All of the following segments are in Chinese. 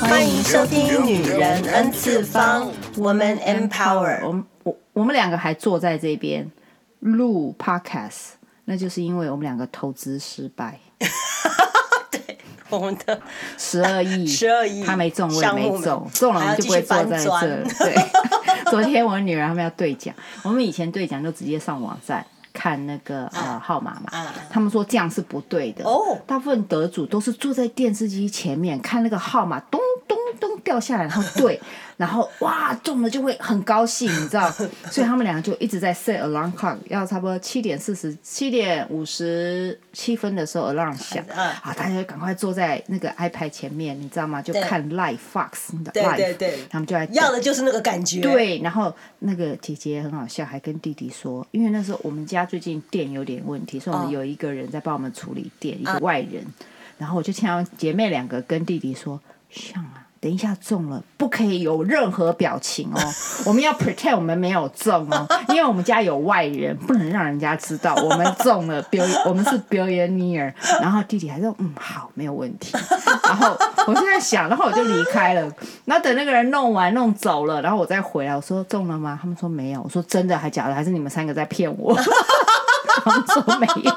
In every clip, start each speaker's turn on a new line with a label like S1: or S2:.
S1: 欢迎收听《女人 N 次方》，Woman Empower。
S2: 我们我我们两个还坐在这边录 podcast，那就是因为我们两个投资失败，
S1: 对，我们的
S2: 十二亿，
S1: 十二亿，
S2: 他没中，我也
S1: 项目
S2: 没
S1: 们
S2: 中，中了我
S1: 还要
S2: 们就
S1: 继
S2: 不
S1: 续
S2: 会坐
S1: 搬
S2: 在
S1: 砖
S2: 这。对， 昨天我女儿他们要兑奖，我们以前兑奖就直接上网站看那个呃号码嘛，
S1: 啊，
S2: 他们说这样是不对的。
S1: 哦
S2: 大部分得主都是坐在电视机前面看那个号码咚咚咚掉下来，然后 对，然后哇中了就会很高兴，你知道？所以他们两个就一直在 set alarm clock，要差不多七点四十、七点五十七分的时候 alarm 响
S1: 嗯
S2: 啊，大家就赶快坐在那个 iPad 前面，你知道吗？就
S1: 对
S2: 看 live fox 的
S1: 对
S2: live，
S1: 对对
S2: 他们就来
S1: 要的就是那个感觉。，
S2: 对，然后那个姐姐很好笑，还跟弟弟说，因为那时候我们家最近电有点问题，所以我们
S1: 哦啊
S2: 有一个人在帮我们处理电，一个外人。然后我就听到姐妹两个跟弟弟说：“像啊，等一下中了，不可以有任何表情哦，我们要 pretend 我们没有中哦，因为我们家有外人，不能让人家知道我们中了 b i l 我们是 billionaire。”然后弟弟还说：“嗯，好，没有问题。”然后我就在想，然后我就离开了。然后等那个人弄完弄走了，然后我再回来，我说中了吗？他们说没有。我说真的还假的？还是你们三个在骗我？ 他们说没有。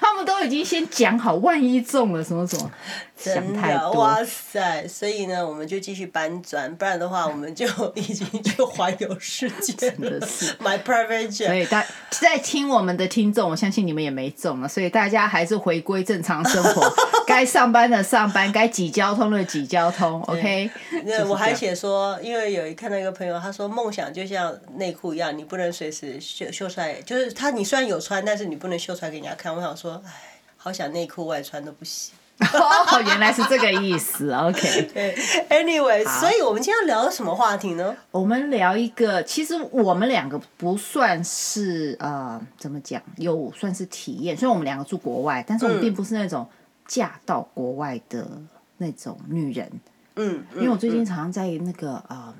S2: 他们都已经先讲好，万一中了什么什么，想
S1: 真
S2: 太
S1: 的，
S2: 多
S1: 哇。塞！所以呢，我们就继续搬砖，不然的话，我们就已经去环游世界了
S2: 真的是。
S1: My private
S2: 所
S1: jet。
S2: 以大在听我们的听众，我相信你们也没中了，所以大家还是回归正常生 活，该上班的上班，该挤交通的挤交通，OK 就是这
S1: 那
S2: 样。
S1: 我还写说，因为有一看到一个朋友，他说梦想就像内裤一样，你不能随时秀秀出来，就是他你虽然有穿，但是你不能秀出来给人家看。我想说，哎，好想内裤外穿都不行。
S2: 哦，原来是这个意思，OK。
S1: 对，anyway，所以我们今天要聊什么话题呢？
S2: 我们聊一个，其实我们两个不算是呃，怎么讲，有算是体验。虽然我们两个住国外，但是我
S1: 嗯
S2: 们并不是那种嫁到国外的那种女人。
S1: 嗯，
S2: 因为我最近常常在那个呃，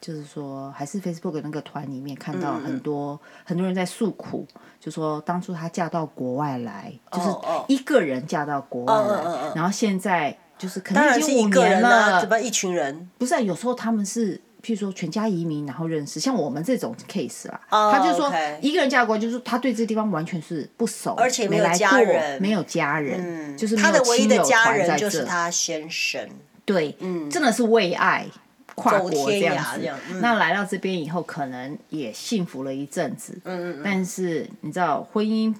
S2: 就是说还是 Facebook 的那个团里面看
S1: 嗯
S2: 到很多、很多人在诉苦，就说当初她嫁到国外来，就是
S1: 哦
S2: 一个人嫁到国外来，
S1: 嗯嗯嗯嗯
S2: 然后现在就是可
S1: 当
S2: 能
S1: 然
S2: 已
S1: 是
S2: 经
S1: 一
S2: 五
S1: 个
S2: 年
S1: 人
S2: 了，
S1: 啊，怎么一群人？
S2: 不是、啊，有时候他们是。譬如说全家移民，然后认识，像我们这种 case 啦
S1: 哦
S2: 他就说
S1: OK
S2: 一个人嫁过来，就是他对这地方完全是不熟，
S1: 而且没
S2: 没
S1: 有
S2: 来
S1: 家
S2: 过
S1: 人
S2: 没有家人，就是没
S1: 嗯他的
S2: 有
S1: 唯一
S2: 亲
S1: 的
S2: 友
S1: 家
S2: 团
S1: 人
S2: 在
S1: 就是
S2: 这，
S1: 他先生。
S2: 对，
S1: 嗯
S2: 真的是为爱跨
S1: 走
S2: 国这
S1: 天
S2: 样
S1: 涯
S2: 子。
S1: 这样嗯
S2: 那来到这边以后，可能也幸福了一阵子，嗯嗯但是你知道，婚姻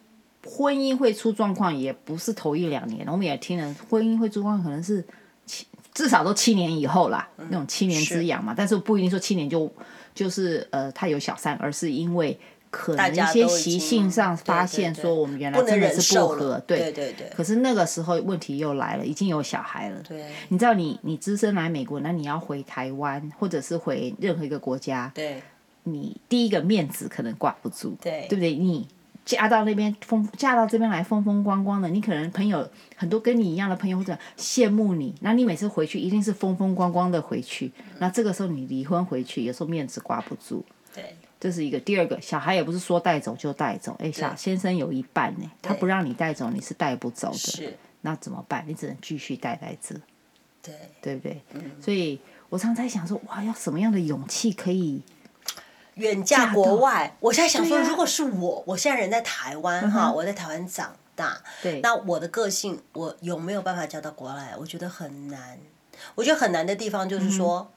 S2: 婚姻会出状况，也不是头一两年。我们也听了，婚姻会出状况，可能是七至少都七年以后啦，
S1: 嗯
S2: 那种七年之痒嘛。但是不一定说七年就就是呃，他有小三，而是因为。可
S1: 大
S2: 能一
S1: 家
S2: 些
S1: 都已
S2: 习
S1: 经
S2: 性上发
S1: 对对
S2: 现
S1: 对
S2: 说，我们原来
S1: 不能
S2: 真的
S1: 忍
S2: 是
S1: 受
S2: 不
S1: 了
S2: 合，
S1: 对对对
S2: 可是那个时候问题又来了，已经有小孩了，
S1: 对
S2: 你知道你你只身来美国，那你要回台湾或者是回任何一个国家，
S1: 对
S2: 你第一个面子可能挂不住，
S1: 对
S2: 对不对？你嫁到那边风嫁到这边来风风光光的，你可能朋友很多跟你一样的朋友或者羡慕你，那你每次回去一定是风风光光的回去，
S1: 嗯
S2: 那这个时候你离婚回去，有时候面子挂不住。
S1: 对
S2: 这是一个，第二个，小孩也不是说带走就带走，哎，小先生有一半呢，他不让你带走，你是带不走的，
S1: 是，
S2: 那怎么办？你只能继续待在这。
S1: 对
S2: 对不对？
S1: 嗯
S2: 所以我常在想说，哇，要什么样的勇气可以？
S1: 远嫁国外。我现在想说，
S2: 对啊
S1: 如果是我，我现在人在台湾哈，我在台湾长大，
S2: 对
S1: 那我的个性，我有没有办法嫁到国外来？我觉得很难。我觉得很难的地方
S2: 嗯
S1: 就是说，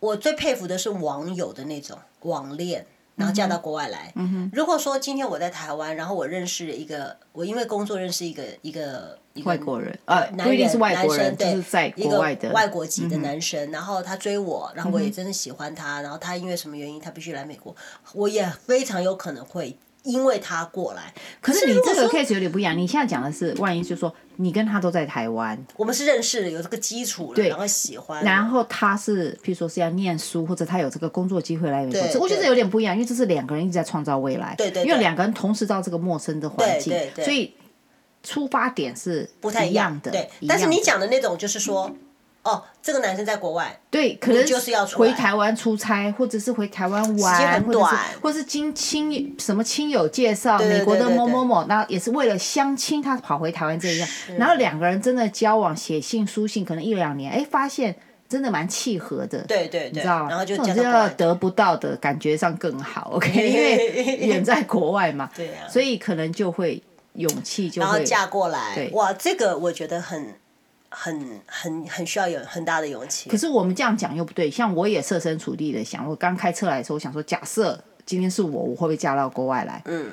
S1: 我最佩服的是网友的那种网恋。
S2: 嗯
S1: 然后嫁到国外来。如果说今天我在台湾，然后我认识一个，我因为工作认识一个一个一个
S2: 外国人呃
S1: 嗯男
S2: 不一定是外国人
S1: 男生对
S2: 就是在
S1: 一个
S2: 国外的嗯
S1: 外国籍的男生，然后他追我，然后我也真的喜欢他，然后他因为什么原因他必须来美国，我也非常有可能会因为他过来。可
S2: 可是你
S1: 如果
S2: 这
S1: 说
S2: 个 case 有点不一样，你现在讲的是，万一就说你跟他都在台湾，
S1: 我们是认识了，有这个基础了，
S2: 对
S1: 然后喜欢，
S2: 然后他是，譬如说是要念书，或者他有这个工作机会来美国，
S1: 对
S2: 这我觉得
S1: 对
S2: 有点不一样，因为这是两个人一直在创造未来，
S1: 对对对
S2: 因为两个人同时到这个陌生的环境，
S1: 对对对
S2: 所以出发点是不
S1: 不太
S2: 一样的，
S1: 对
S2: 一，样
S1: 但是你
S2: 的
S1: 讲的那种就是说，哦，这个男生在国外，
S2: 对，可能
S1: 就是要出来
S2: 回台湾出差，或者是回台湾
S1: 时间
S2: 玩，
S1: 很
S2: 或者是
S1: 短
S2: 或是经亲什么亲友介绍，
S1: 对对
S2: 美国的
S1: 对对
S2: 某某某，那也是为了相亲，他跑回台湾这一样，然后两个人真的交往，写信、书信，可能一两年，哎，发现真的蛮契合的，
S1: 对对
S2: 你
S1: 对，
S2: 知道吗？
S1: 然后就
S2: 这种
S1: 嫁到国
S2: 叫
S1: 外，
S2: 得不到的感觉上更好，OK，因 为远在国外嘛，
S1: 对呀、
S2: 所以可能就会勇气就
S1: 然后
S2: 会
S1: 嫁过来
S2: 对，
S1: 哇，这个我觉得很很很很需要有很大的勇气
S2: 可。是我们这样讲又不对，像我也设身处地的想，我刚开车来的时候，我想说，假设今天是我，我会不会嫁到国外来？
S1: 嗯，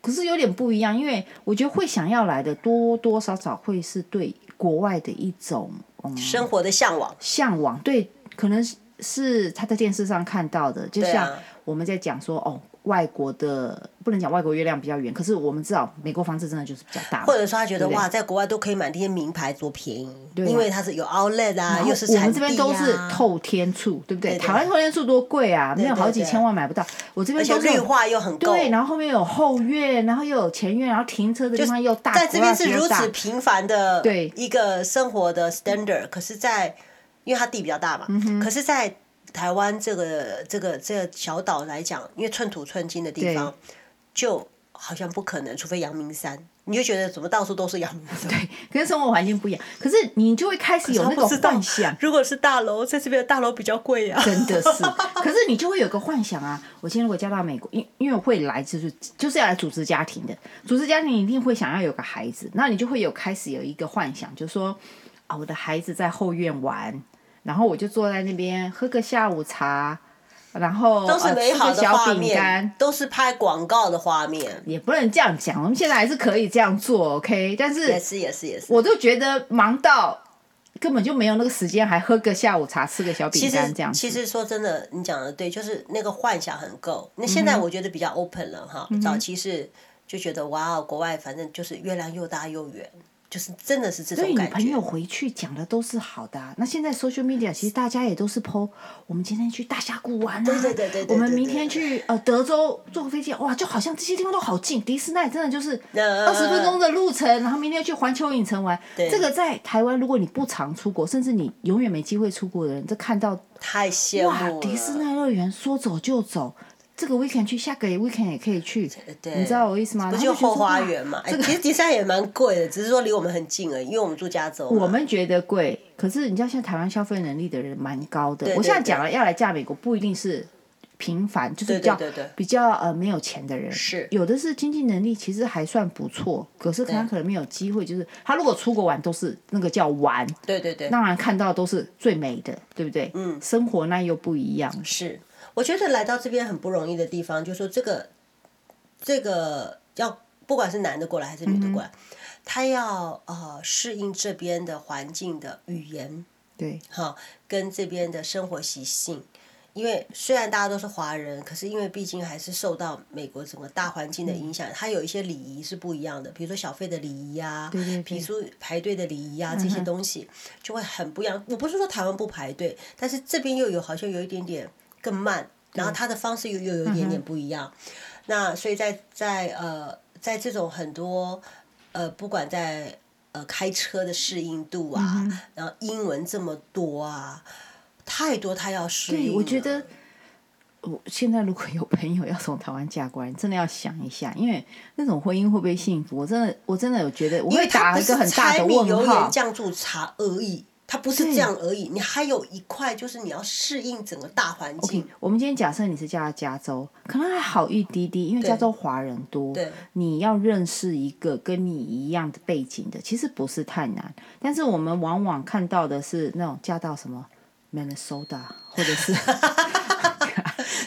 S2: 可是有点不一样，因为我觉得会想要来的多多少少会是对国外的一种嗯
S1: 生活的向往，
S2: 向往，对，可能是是他在电视上看到的，就
S1: 对
S2: 像
S1: 啊
S2: 我们在讲说，哦，外国的不能讲外国月亮比较圆，可是我们知道美国房子真的就是比较大嘛，
S1: 或者说他觉得
S2: 对不对
S1: 哇，在国外都可以买那些名牌多便宜，
S2: 对啊
S1: 因为它是有 outlet 啊，又是
S2: 我们
S1: 产
S2: 这
S1: 地
S2: 边都是
S1: 啊，
S2: 透天厝，对不对？
S1: 对对
S2: 台湾透天厝多贵啊，没有
S1: 对
S2: 好几
S1: 对
S2: 千万买不到。我这
S1: 而
S2: 边
S1: 且
S2: 都是
S1: 绿化又很够，
S2: 对，然后后面有后院，然后又有前院，然后停车的地方又大，
S1: 在这边
S2: garage
S1: 是
S2: 又
S1: 如
S2: 大
S1: 此平凡的
S2: 对
S1: 一个生活的 standard，可是在，因为它地比较大嘛，
S2: 嗯
S1: 可是，在台湾这个这个这个小岛来讲，因为寸土寸金的地方，就好像不可能，除非阳明山，你就觉得怎么到处都是阳明山。对，。
S2: 可是生活环境不一样，可是你就会开始有那种幻想
S1: 如果是大楼，在这边的大楼比较贵啊。
S2: 真的是，可是你就会有个幻想啊！我今天如果嫁到美国，因因为我会来就是就是要来组织家庭的，组织家庭一定会想要有个孩子，那你就会有开始有一个幻想，就说啊，我的孩子在后院玩，然后我就坐在那边喝个下午茶，然后
S1: 都是美好
S2: 呃、吃
S1: 的
S2: 个
S1: 画
S2: 小饼干
S1: 面，，都是拍广告的画面，
S2: 也不能这样讲，我们现在还是可以这样做，OK？但
S1: 也
S2: 是
S1: 是也是也是。
S2: 我都觉得忙到根本就没有那个时间，还喝个下午茶，吃个小
S1: 其
S2: 饼
S1: 实
S2: 干这样子。
S1: 其实说真的，你讲的对，就是那个幻想很够。那
S2: 嗯
S1: 现在我觉得比较 open 了哈，早期是就觉得哇，哦国外反正就是月亮又大又圆，就是真的是这
S2: 所以
S1: 种
S2: 你
S1: 感
S2: 朋
S1: 觉
S2: 友。回去讲的都是好的啊、那现在 social media 其实大家也都是 PO，我们今天去大峡谷玩啊，
S1: 对对对对对
S2: 我们
S1: 对对
S2: 明天去呃德州坐个飞机，哇，就好像这些地方都好近，迪士尼真的就是
S1: 嗯
S2: 二十分钟的路程，然后明天去环球影城玩。
S1: 对
S2: 这个在台湾，如果你不常出国，甚至你永远没机会出国的人，这看到
S1: 太羡
S2: 哇，
S1: 慕
S2: 迪士
S1: 了。
S2: 尼乐园说走就走，这个 weekend 去，下个 weekend 也可以去，
S1: 对
S2: 你知道我意思吗？
S1: 不
S2: 然后
S1: 就
S2: 觉得
S1: 后花
S2: 哇
S1: 园嘛？哎、
S2: 这个
S1: 其实迪士尼也蛮贵的，只是说离我们很近而已，因为我们住加州嘛。
S2: 我们觉得贵，可是你知道现在台湾消费能力的人蛮高的。
S1: 对
S2: 我现在
S1: 对
S2: 讲了要来嫁美国，不一定是平凡，就是
S1: 对
S2: 比较
S1: 对对对
S2: 比较呃没有钱的人，
S1: 是
S2: 有的是经济能力其实还算不错，可是他
S1: 对
S2: 可能没有机会，就是他如果出国玩都是那个叫玩，
S1: 对对对，
S2: 当然看到都是最美的，对不对？嗯，生活那又不一样。
S1: 是，我觉得来到这边很不容易的地方，就是说这个这个要不管是男的过来还是女的过来，他要呃适应这边的环境的语言
S2: 对，
S1: 哈，跟这边的生活习性。因为虽然大家都是华人，可是因为毕竟还是受到美国整个大环境的
S2: 嗯
S1: 影响，它有一些礼仪是不一样的，比如说小费的礼仪啊，
S2: 对对对嗯
S1: 比如说排队的礼仪啊，这些东西就会很不一样。我不是说台湾不排队，但是这边又有好像有一点点更慢，然后它的方式又又有一
S2: 嗯
S1: 点点不一样。那所以在在呃，在这种很多呃，不管在呃开车的适应度啊，
S2: 嗯
S1: 然后英文这么多啊，太多他要适应
S2: 对，
S1: 了。
S2: 我觉得我现在如果有朋友要从台湾嫁过来，你真的要想一下，因为那种婚姻会不会幸福？我真的，我真的有觉得我
S1: 因
S2: 会
S1: 为它
S2: 打
S1: 不
S2: 一
S1: 是
S2: 个很大
S1: 柴
S2: 的
S1: 米油
S2: 问号
S1: 盐。酱醋茶而已，它不是这样而已，你还有一块就是你要适应整个大环
S2: OK，
S1: 境。
S2: 我们今天假设你是嫁到加州，可能还好一滴滴，因为
S1: 对
S2: 加州华人多。
S1: 对
S2: 你要认识一个跟你一样的背景的，其实不是太难。但是我们往往看到的是那种嫁到什么 Minnesota 或者 是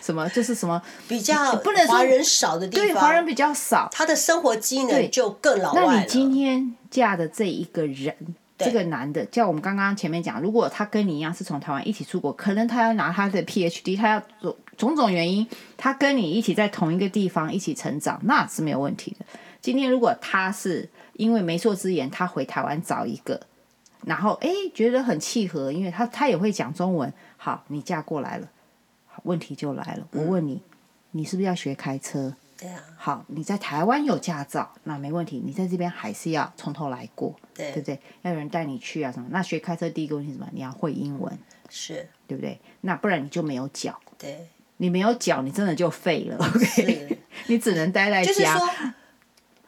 S2: 什么，就是什么
S1: 比较
S2: 不能说
S1: 华人少的地
S2: 对
S1: 方，
S2: 华人比较少，
S1: 他的生活机
S2: 对
S1: 能就更老外
S2: 那
S1: 了。
S2: 你今天嫁的这一个人，这个男的，像我们刚刚前面讲，如果他跟你一样是从台湾一起出国，可能他要拿他的 PhD，他要种种种原因，他跟你一起在同一个地方一起成长，那是没有问题的。今天如果他是因为媒妁之言，他回台湾找一个，然后诶觉得很契合，因为他他也会讲中文，好，你嫁过来了，好问题就来了，我问你，你是不是要学开车？
S1: 对啊，
S2: 好，你在台湾有驾照，那没问题，你在这边还是要从头来过，
S1: 对
S2: 对不对？要有人带你去啊什么。那学开车第一个问题是什么？你要会英文，
S1: 是，
S2: 对不对？那不然你就没有脚，
S1: 对，
S2: 你没有脚，你真的就废了。OK，你只能待在
S1: 就是
S2: 家。
S1: 说，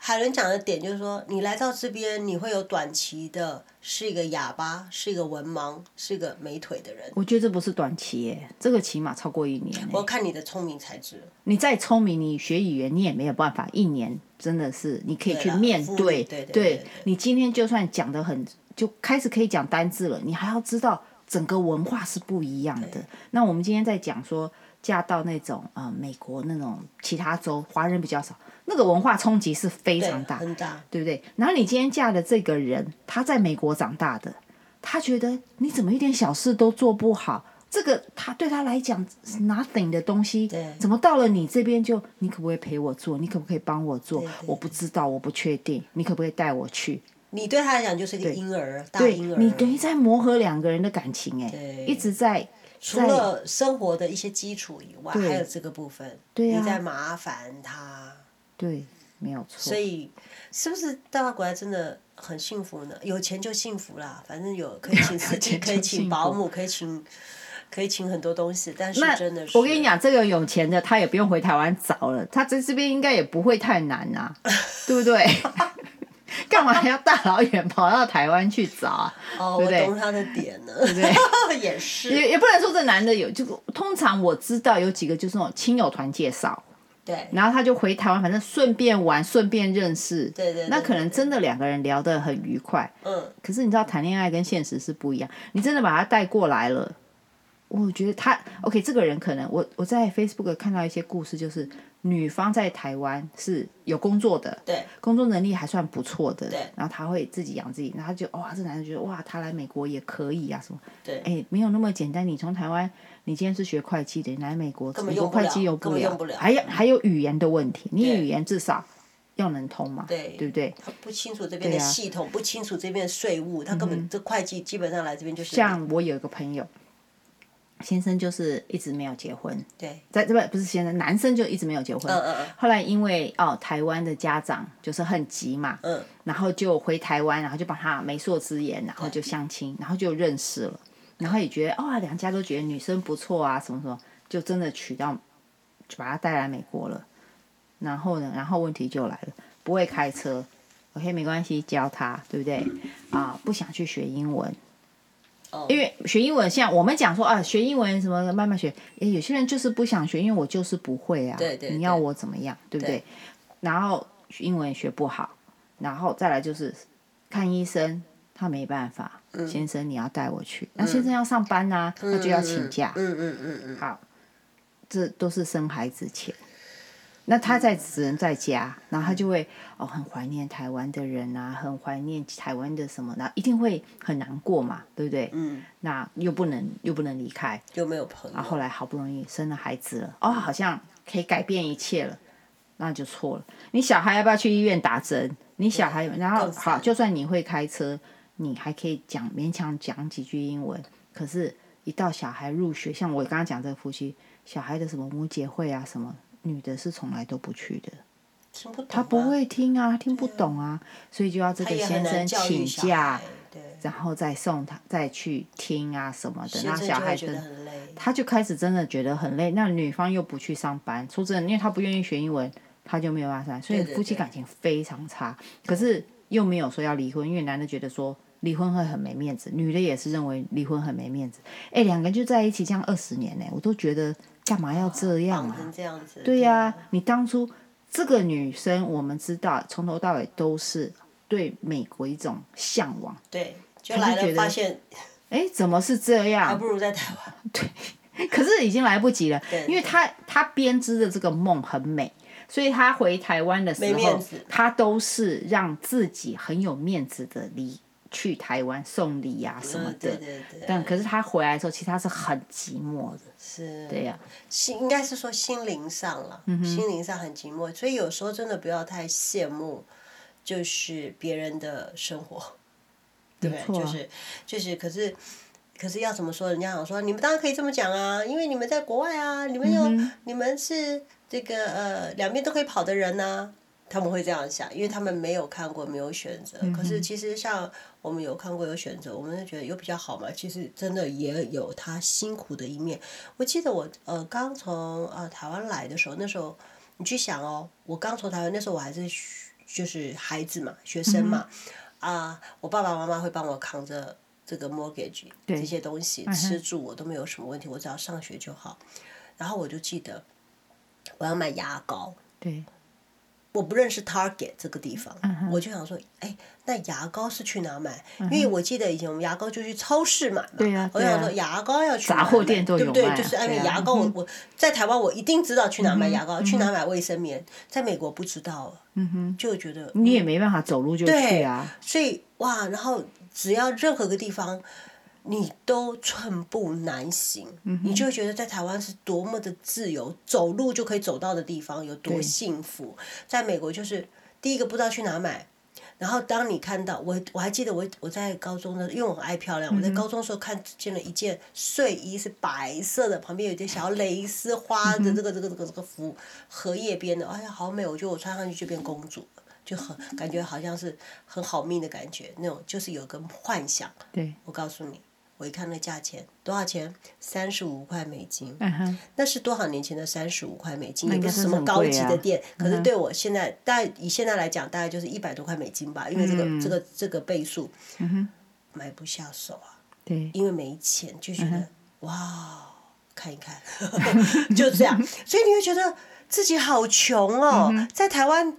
S1: 海伦讲的点就是说，你来到这边，你会有短期的是一个哑巴，是一个文盲，是一个没腿的人。
S2: 我觉得这不是短期耶，这个起码超过一年耶。
S1: 我看你的聪明才智，
S2: 你再聪明，你学语言你也没有办法，一年真的是你可以
S1: 对
S2: 去
S1: 啦
S2: 面
S1: 复利
S2: 对。
S1: 对对对对
S2: 你今天就算讲的很，就开始可以讲单字了，你还要知道整个文化是不一样的。那我们今天在讲说嫁到那种呃美国那种其他州华人比较少，那个文化冲击是非
S1: 对，
S2: 常大，
S1: 很大，
S2: 对不对？然后你今天嫁的这个人，他在美国长大的，他觉得你怎么一点小事都做不好？这个他对他来讲是 nothing 的东西
S1: 对，
S2: 怎么到了你这边就你可不可以陪我做？你可不可以帮我做
S1: 对对？
S2: 我不知道，我不确定，你可不可以带我去？
S1: 你对他来讲就是一个婴儿，大
S2: 对
S1: 婴儿。
S2: 你等于在磨合两个人的感情，哎
S1: 对，
S2: 一直在
S1: 除
S2: 在
S1: 了生活的一些基础以外，
S2: 对
S1: 还有这个部分，
S2: 对啊
S1: 你在麻烦他，
S2: 对，没有错
S1: 所。以是不是大法国家真的很幸福呢？有钱就幸福啦，反正有可以请司机，
S2: 有钱就
S1: 可以请
S2: 幸福
S1: 保姆，可以请可以请很多东西，但是
S2: 那
S1: 真的是
S2: 我跟你，讲，这个有钱的他也不用回台湾找了，他在这边应该也不会太难 啊，对不对？ 干嘛要大老远跑到台湾去找啊？
S1: 哦，
S2: 对
S1: 我
S2: 不对
S1: 懂他的点呢， 也是
S2: 也也不能说这男的有，就通常我知道有几个就是那种亲友团介绍，
S1: 对
S2: 然后他就回台湾，反正顺便玩，顺便认识。
S1: 对对对
S2: 那可
S1: 对
S2: 能
S1: 对
S2: 真的两个人聊得很愉快，
S1: 嗯，
S2: 可是你知道谈恋爱跟现实是不一样，你真的把他带过来了，我觉得他 OK，这个人可能我我在 Facebook 看到一些故事，就是女方在台湾是有工作的，
S1: 对
S2: 工作能力还算不错的
S1: 对，
S2: 然后他会自己养自己，然后他就哇，这男的觉得哇，他来美国也可以啊什么，
S1: 对，
S2: 哎，没有那么简单，你从台湾，你今天是学会计的，你来美国，
S1: 根本
S2: 美国
S1: 用不
S2: 会
S1: 了
S2: 计用
S1: 根本用不了
S2: 还有还有语言的问题，你
S1: 对
S2: 语言至少要能通嘛，
S1: 对
S2: 对不对？
S1: 他不清楚这边
S2: 对
S1: 的
S2: 啊嗯
S1: 系统，不清楚这边的税务，他根本这会计基本上来这边就是
S2: 像我有一个朋友，先生就是一直没有结婚，
S1: 对，
S2: 在这边不是先生，男生就一直没有结婚。
S1: 嗯嗯嗯
S2: 后来因为哦，台湾的家长就是很急嘛，
S1: 嗯，
S2: 然后就回台湾，然后就帮他媒妁之言，然后就相亲，然后就认识了，然后也觉得哦，两家都觉得女生不错啊，什么什么，就真的娶到，就把她带来美国了。然后呢，然后问题就来了，不会开车，OK，没关系，教他，对不对？啊，不想去学英文，
S1: 哦
S2: 因为学英文，像我们讲说啊，学英文什么慢慢学，诶，有些人就是不想学，因为我就是不会啊，
S1: 对对
S2: 你要
S1: 对
S2: 我怎么样，对不对？
S1: 对
S2: 然后英文也学不好，然后再来就是看医生，他没办法，
S1: 嗯
S2: 先生你要带我去，那先生要上班呐、那就要请假，
S1: 嗯嗯嗯嗯，
S2: 好，这都是生孩子前。那他在只能在家，然后他就会哦，很怀念台湾的人啊，很怀念台湾的什么，然后一定会很难过嘛，对不对？
S1: 嗯，
S2: 那又不能又不能离开，
S1: 就没有朋
S2: 然后后
S1: 友，
S2: 来好不容易生了孩子了，哦，好像可以改变一切了，那就错了。你小孩要不要去医院打针？你小孩，然后
S1: 更
S2: 好，
S1: 惨
S2: 就算你会开车，你还可以讲勉强讲几句英文，可是，一到小孩入学，像我刚刚讲这个夫妻，小孩的什么母姐会啊什么，女的是从来都不去的。
S1: 听不懂啊，
S2: 他不会听啊，听不懂啊，所以就要这
S1: 他
S2: 个
S1: 也很
S2: 先
S1: 难
S2: 生
S1: 教育
S2: 请
S1: 小
S2: 假
S1: 孩，，对。
S2: 然后再送他再去听啊什么的，那
S1: 先生
S2: 小
S1: 就
S2: 孩
S1: 会觉
S2: 真
S1: 得
S2: 的
S1: 很累，
S2: 他就开始真的觉得很累。那女方又不去上班，说真的，因为他不愿意学英文，他就没有办法上班，所以
S1: 对对
S2: 夫妻
S1: 对
S2: 感情非常差。可是又没有说要离婚，因为男的觉得说离婚会很没面子，女的也是认为离婚很没面子。哎，两个人就在一起这样二十年呢、我都觉得干嘛要这样
S1: 绑
S2: 啊？
S1: 成这样子。
S2: 对呀、你当初这个女生，我们知道从头到尾都是对美国一种向往。
S1: 对，就
S2: 他就
S1: 来
S2: 觉得
S1: 了发现
S2: 哎，怎么是这
S1: 还
S2: 样？
S1: 不如在台湾。
S2: 可是已经来不及了
S1: 对，
S2: 因为他他编织的这个梦很美，所以他回台湾的时
S1: 没面
S2: 候
S1: 子，
S2: 他都是让自己很有面子的离去台湾送礼啊 什么
S1: 嗯，对
S2: 的。
S1: 对对，
S2: 但可是他回来的时候，其实他是很寂寞的。
S1: 是。
S2: 对呀、嗯
S1: 心应该是说心灵上了，心灵上很寂寞，所以有时候真的不要太羡慕，就是别人的生 活，对不
S2: 没错
S1: 对？
S2: 啊
S1: 就是就是，可是可是
S2: 嗯
S1: 要怎么说？人家想说你们当然可以这么讲啊，因为你们在国外啊，你们有、你们是这个呃两边都可以跑的人呢、他们会这样想，因为他们没有看过，没有选择。
S2: 嗯
S1: 可是其实像我们有看过有选择，我们就觉得有比较好嘛。其实真的也有他辛苦的一面。我记得我呃刚从呃台湾来的时候，那时候你去想哦，我刚从台湾那时候我还是学就是孩子嘛，学生嘛，啊、我爸爸妈妈会帮我扛着这个 mortgage
S2: 对
S1: 这些东西，吃住我都没有什么问题，我只要上学就好。然后我就记得我要买牙膏，
S2: 对，
S1: 我不认识 Target 这个地方，
S2: 嗯
S1: 我就想说，哎，那牙膏是去哪买？因为我记得以前我们牙膏就去超市买嘛。
S2: 对呀
S1: 我
S2: 对呀
S1: 想说牙膏要去
S2: 杂
S1: 哪
S2: 货
S1: 买
S2: 店都
S1: 对
S2: 有
S1: 不对？
S2: 卖啊
S1: 就是因为
S2: 对啊
S1: 牙膏，我我在台湾我一定知道去哪
S2: 嗯
S1: 买牙膏，去哪买卫生棉，在美国不知道了，
S2: 嗯
S1: 就觉得
S2: 你也没办法走路就去啊。
S1: 所以哇，然后只要任何个地方，你都寸步难行，你就会觉得在台湾是多么的自由，走路就可以走到的地方有多
S2: 对
S1: 幸福。在美国就是第一个不知道去哪买。然后，当你看到我，我还记得我我在高中的，因为我很爱漂亮，我在高中的时候看见了一件睡衣是白色的，旁边有一件小蕾丝花的这个这个这个这个服荷叶边的，哎呀好美！我觉得我穿上去就变公主了，就很感觉好像是很好命的感觉，那种就是有个幻想。
S2: 对，
S1: 我告诉你，我一看那价钱多少钱，三十五块美金，
S2: 嗯哼，
S1: 那是多少年前的三十五块美金，
S2: 那
S1: 也
S2: 应
S1: 不
S2: 该
S1: 是
S2: 是
S1: 什么
S2: 很
S1: 高
S2: 贵
S1: 级
S2: 啊
S1: 的店。可
S2: 嗯
S1: 是
S2: 哼
S1: 对我现在，大概以现在来讲，大概就是一百多块美金吧，因为这个、
S2: 嗯
S1: 这个这个倍数，买不下手啊。
S2: 对，
S1: 因为没钱，就
S2: 嗯
S1: 觉得、哇，看一看， 就这 样，所以你会觉得自己好穷哦。
S2: 嗯
S1: 在台湾，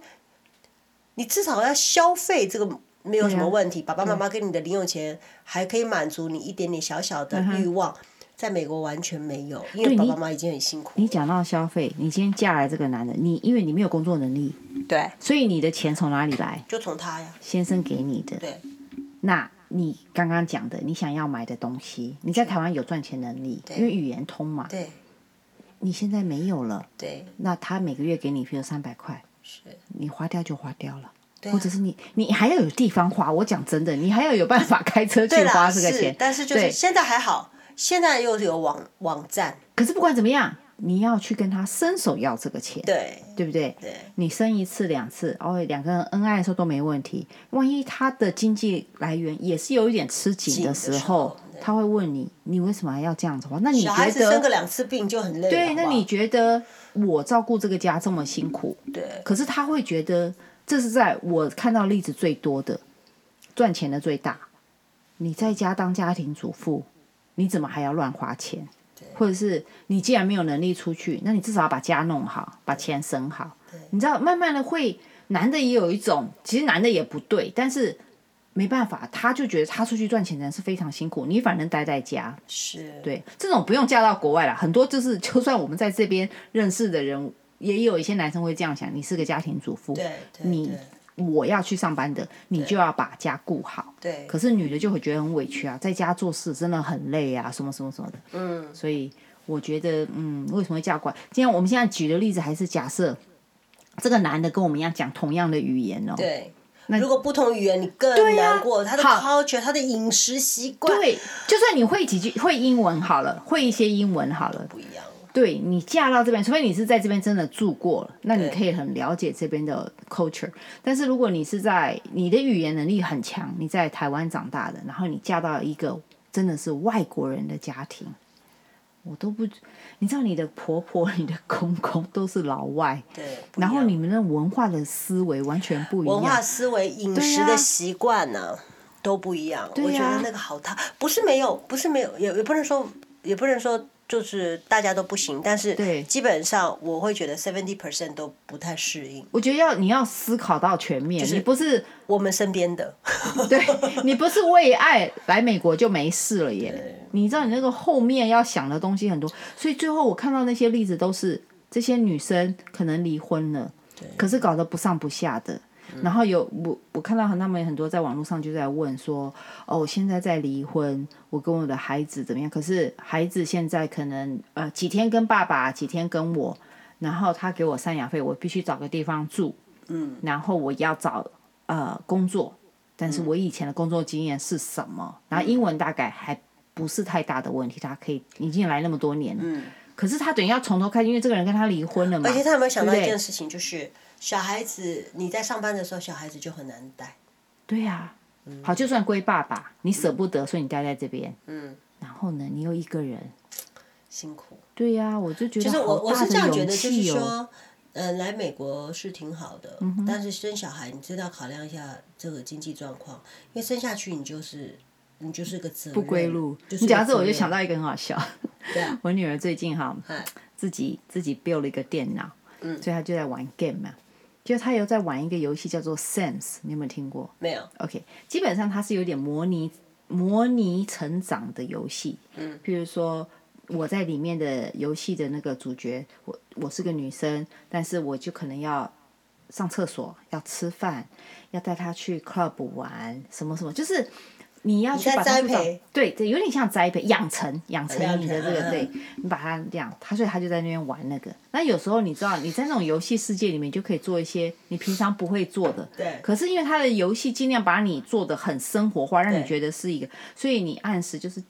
S1: 你至少要消费这个没有什么问题，
S2: 嗯
S1: 爸爸妈妈给你的零用钱还可以满足你一点点小小的欲望。在美国完全没有，因为
S2: 嗯对
S1: 爸
S2: 你
S1: 爸妈妈已经很辛苦。
S2: 你讲到消费，你今天嫁来这个男人，你因为你没有工作能力，
S1: 对，
S2: 所以你的钱从哪里来？
S1: 就从他呀，
S2: 先生给你的。
S1: 对
S2: 那你刚刚讲的，你想要买的东西，你在台湾有赚钱能力，
S1: 对
S2: 因为语言通嘛。
S1: 对
S2: 你现在没有了，
S1: 对
S2: 那他每个月给你，比如三百块，
S1: 是，
S2: 你花掉就花掉了。
S1: 对啊
S2: 或者是你，你还要有地方花。 我讲真的，你还要有办法开车去
S1: 对
S2: 花
S1: 啦
S2: 这个
S1: 是
S2: 钱，。
S1: 但是就是
S2: 对
S1: 现在还好，现在又有网网站，
S2: 可是不管怎么样，你要去跟他伸手要这个钱，
S1: 对
S2: 对不对？
S1: 对。
S2: 你生一次两次，哦，两个人恩爱的时候都没问题。万一他的经济来源也是有一点吃紧的
S1: 紧
S2: 时
S1: 的时
S2: 候
S1: 候，对
S2: 他会问你，你为什么还要这样子花？那你
S1: 小孩
S2: 觉
S1: 子生个
S2: 得？
S1: 两次病就很累了。
S2: 对，
S1: 好不
S2: 那
S1: 好
S2: 你觉得我照顾这个家这么辛苦，
S1: 对
S2: 可是他会觉得这是在我看到例子最多的，赚钱的最大。你在家当家庭主妇，你怎么还要乱花钱？或者是你既然没有能力出去，那你至少要把家弄好，把钱省好。你知道，慢慢的会，男的也有一种，其实男的也不对，但是没办法，他就觉得他出去赚钱的人是非常辛苦，你反正待在家，
S1: 是，
S2: 对，这种不用嫁到国外啦，很多就是就算我们在这边认识的人，也有一些男生会这样想：你是个家庭主妇，
S1: 对对
S2: 你我要去上班的，你就要把家顾好。
S1: 对
S2: 可是女的就会觉得很委屈啊，在家做事真的很累啊，什么什么什么的。
S1: 嗯，
S2: 所以我觉得，嗯，为什么会嫁过来？今天我们现在举的例子还是假设这个男的跟我们一样讲同样的语言哦，
S1: 对。如果不同语言，你更
S2: 对呀
S1: 难过。他的
S2: 好
S1: culture，他的饮食习惯
S2: 对，就算你会几句会英文好了，会一些英文好了，
S1: 不一样了。
S2: 对你嫁到这边，除非你是在这边真的住过了，那你
S1: 对
S2: 可以很了解这边的 culture。但是如果你是在你的语言能力很强，你在台湾长大的，然后你嫁到一个真的是外国人的家庭，我都不，你知道你的婆婆、你的公公都是老外，
S1: 对， 不一
S2: 然后
S1: 样
S2: 你们的文化的思维完全不一
S1: 文化
S2: 样。
S1: 思维、饮
S2: 对
S1: 食
S2: 呀
S1: 的习惯呢，都不一样。我
S2: 对
S1: 觉
S2: 呀
S1: 得那个好大，不是没有，不是没有，也也不能说，也不能说就是大家都不行，但
S2: 对
S1: 是基本上我会觉得 seventy percent 都不太适应
S2: 我觉得要你要思考到全面，
S1: 是
S2: 你不是
S1: 我们身边的。
S2: 对你不是为爱来美国就没事了耶
S1: 对。
S2: 你知道你那个后面要想的东西很多，所以最后我看到那些例子都是这些女生可能离婚了，可是搞得不上不下的。然后有我我看到他们很多在网络上就在问说，哦，我现在在离婚，我跟我的孩子怎么样？可是孩子现在可能呃几天跟爸爸，几天跟我，然后他给我赡养费，我必须找个地方住，嗯，然后我要找呃工作，但是我以前的工作经验是什么？然后英文大概还不是太大的问题，他可以已经来那么多年了。
S1: 嗯，
S2: 可是他等于要从头开始，因为这个人跟他离婚了嘛。
S1: 而且他有没有想到
S2: 对
S1: 一
S2: 不对
S1: 件事情，就是小孩子你在上班的时候，小孩子就很难带。
S2: 对呀、好，就算归爸爸，你舍不得，所以你待在这边。
S1: 嗯，
S2: 然后呢，你又一个人。
S1: 辛苦。
S2: 对呀、我就觉得
S1: 就是
S2: 好
S1: 我我
S2: 大
S1: 是
S2: 的
S1: 这样觉
S2: 勇
S1: 得，就
S2: 气
S1: 是
S2: 哦嗯
S1: 说，呃，来美国是挺好的，但是生小孩你真的要考量一下这个经济状况，因为生下去你就是你就是个责任
S2: 不归路。你
S1: 就是
S2: 讲
S1: 个
S2: 到这，我
S1: 责
S2: 就
S1: 任
S2: 想到一个很好笑。
S1: 对啊
S2: 我女儿最近哈
S1: 哎，
S2: 自己自己 build 了一个电脑，
S1: 嗯
S2: 所以她就在玩 game 嘛。就她有在玩一个游戏叫做 Sims，你有没有听过？
S1: 没有，
S2: OK，基本上它是有点模拟模拟成长的游戏。嗯，譬如说我在里面的游戏的那个主角，我我是个女生，但是我就可能要上厕所、要吃饭、要带她去 club 玩，什么什么，就是。你要去
S1: 在
S2: 把它
S1: 栽
S2: 去找
S1: 培，
S2: 对对，有点像栽培、养成、养成
S1: 养
S2: 你的这
S1: 成
S2: 个，
S1: 嗯
S2: 对你把它这样，他所以他就在那边玩那个。那有时候你知道，你在那种游戏世界里面，你就可以做一些你平常不会做的，
S1: 对
S2: 可是因为他的游戏尽量把你做的很生活化，让你
S1: 对
S2: 觉得是一个，所以你按时就是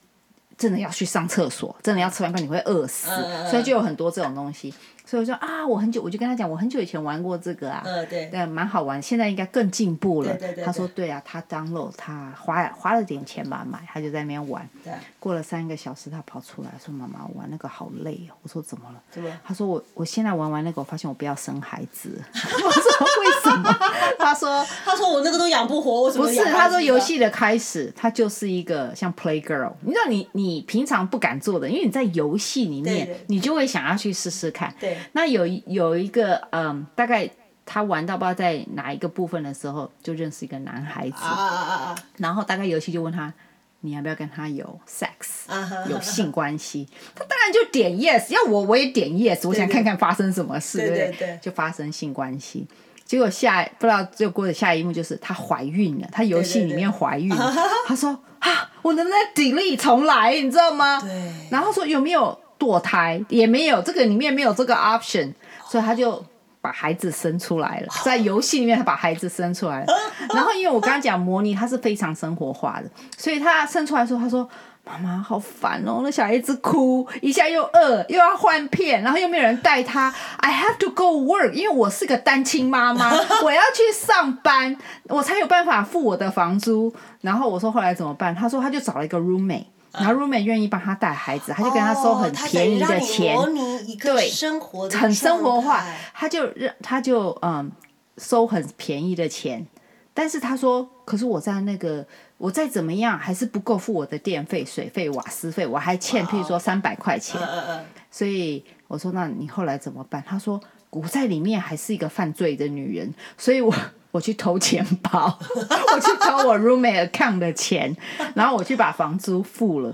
S2: 真的要去上厕所，真的要吃完饭你会饿死，
S1: 嗯嗯嗯
S2: 所以就有很多这种东西。所以我说啊，我很久我就跟他讲，我很久以前玩过这个啊，
S1: 嗯对
S2: 对，蛮好玩，现在应该更进步了。
S1: 对对对
S2: 他说对啊，他 download 他花花了点钱吧买，他就在那边玩。
S1: 对啊，
S2: 过了三个小时，他跑出来说：“妈妈，我玩那个好累哦。”我说：“怎么了？”
S1: 怎么
S2: 他说我我现在玩完那个，我发现我不要生孩子。 我说为什么？他说
S1: 他说我那个都养不活，我怎么
S2: 不是，
S1: 养
S2: 他
S1: 孩
S2: 说
S1: 子
S2: 游
S1: 啊
S2: 戏的开始，它就是一个像 play girl，你知道你你平常不敢做的，因为你在游戏里面，
S1: 对对
S2: 你就会想要去试试看。
S1: 对
S2: 那有一有一个嗯，大概他玩到不知道在哪一个部分的时候，就认识一个男孩子，
S1: 啊啊啊啊
S2: 然后大概游戏就问他，你要不要跟他有 sex？
S1: 啊哈，
S2: 有性关系，他当然就点 yes，要我我也点 yes，我想看看发生什么事，
S1: 对
S2: 不
S1: 对
S2: 对
S1: 对
S2: 就发生性关系。结果下不知道就过的下一幕就是她怀孕了，她游戏里面怀孕了，她说啊，我能不能 delete 重来，你知道吗？
S1: 对
S2: 然后说有没有堕胎，也没有，这个里面没有这个 option，所以他就把孩子生出来了，在游戏里面他把孩子生出来了。然后因为我刚刚讲模拟，它是非常生活化的，所以他生出来的时候，他说。妈妈好烦哦，那小孩一直哭，一下又饿，又要换片，然后又没有人带他。I have to go work，因为我是个单亲妈妈， 我要去上班，我才有办法付我的房租。然后我说后来怎么办？他说他就找了一个 roommate，然后 roommate 愿意帮他带孩子，他就跟他收很
S1: 嗯哦他
S2: 便
S1: 等于
S2: 宜
S1: 让
S2: 的
S1: 你
S2: 钱，
S1: 模拟一个
S2: 对
S1: 生活的
S2: 很生活
S1: 状
S2: 化
S1: 态，
S2: 他就让他就嗯收很便宜的钱，但是他说，可是我在那个我再怎么样还是不够付我的电费、水费、瓦斯费，我还欠，譬如说三百块钱
S1: 嗯，嗯嗯，
S2: 所以我说那你后来怎么办？他说我在里面还是一个犯罪的女人，所以我。 我去偷钱包， 我去偷我 roommate account 的钱，然后我去把房租付了。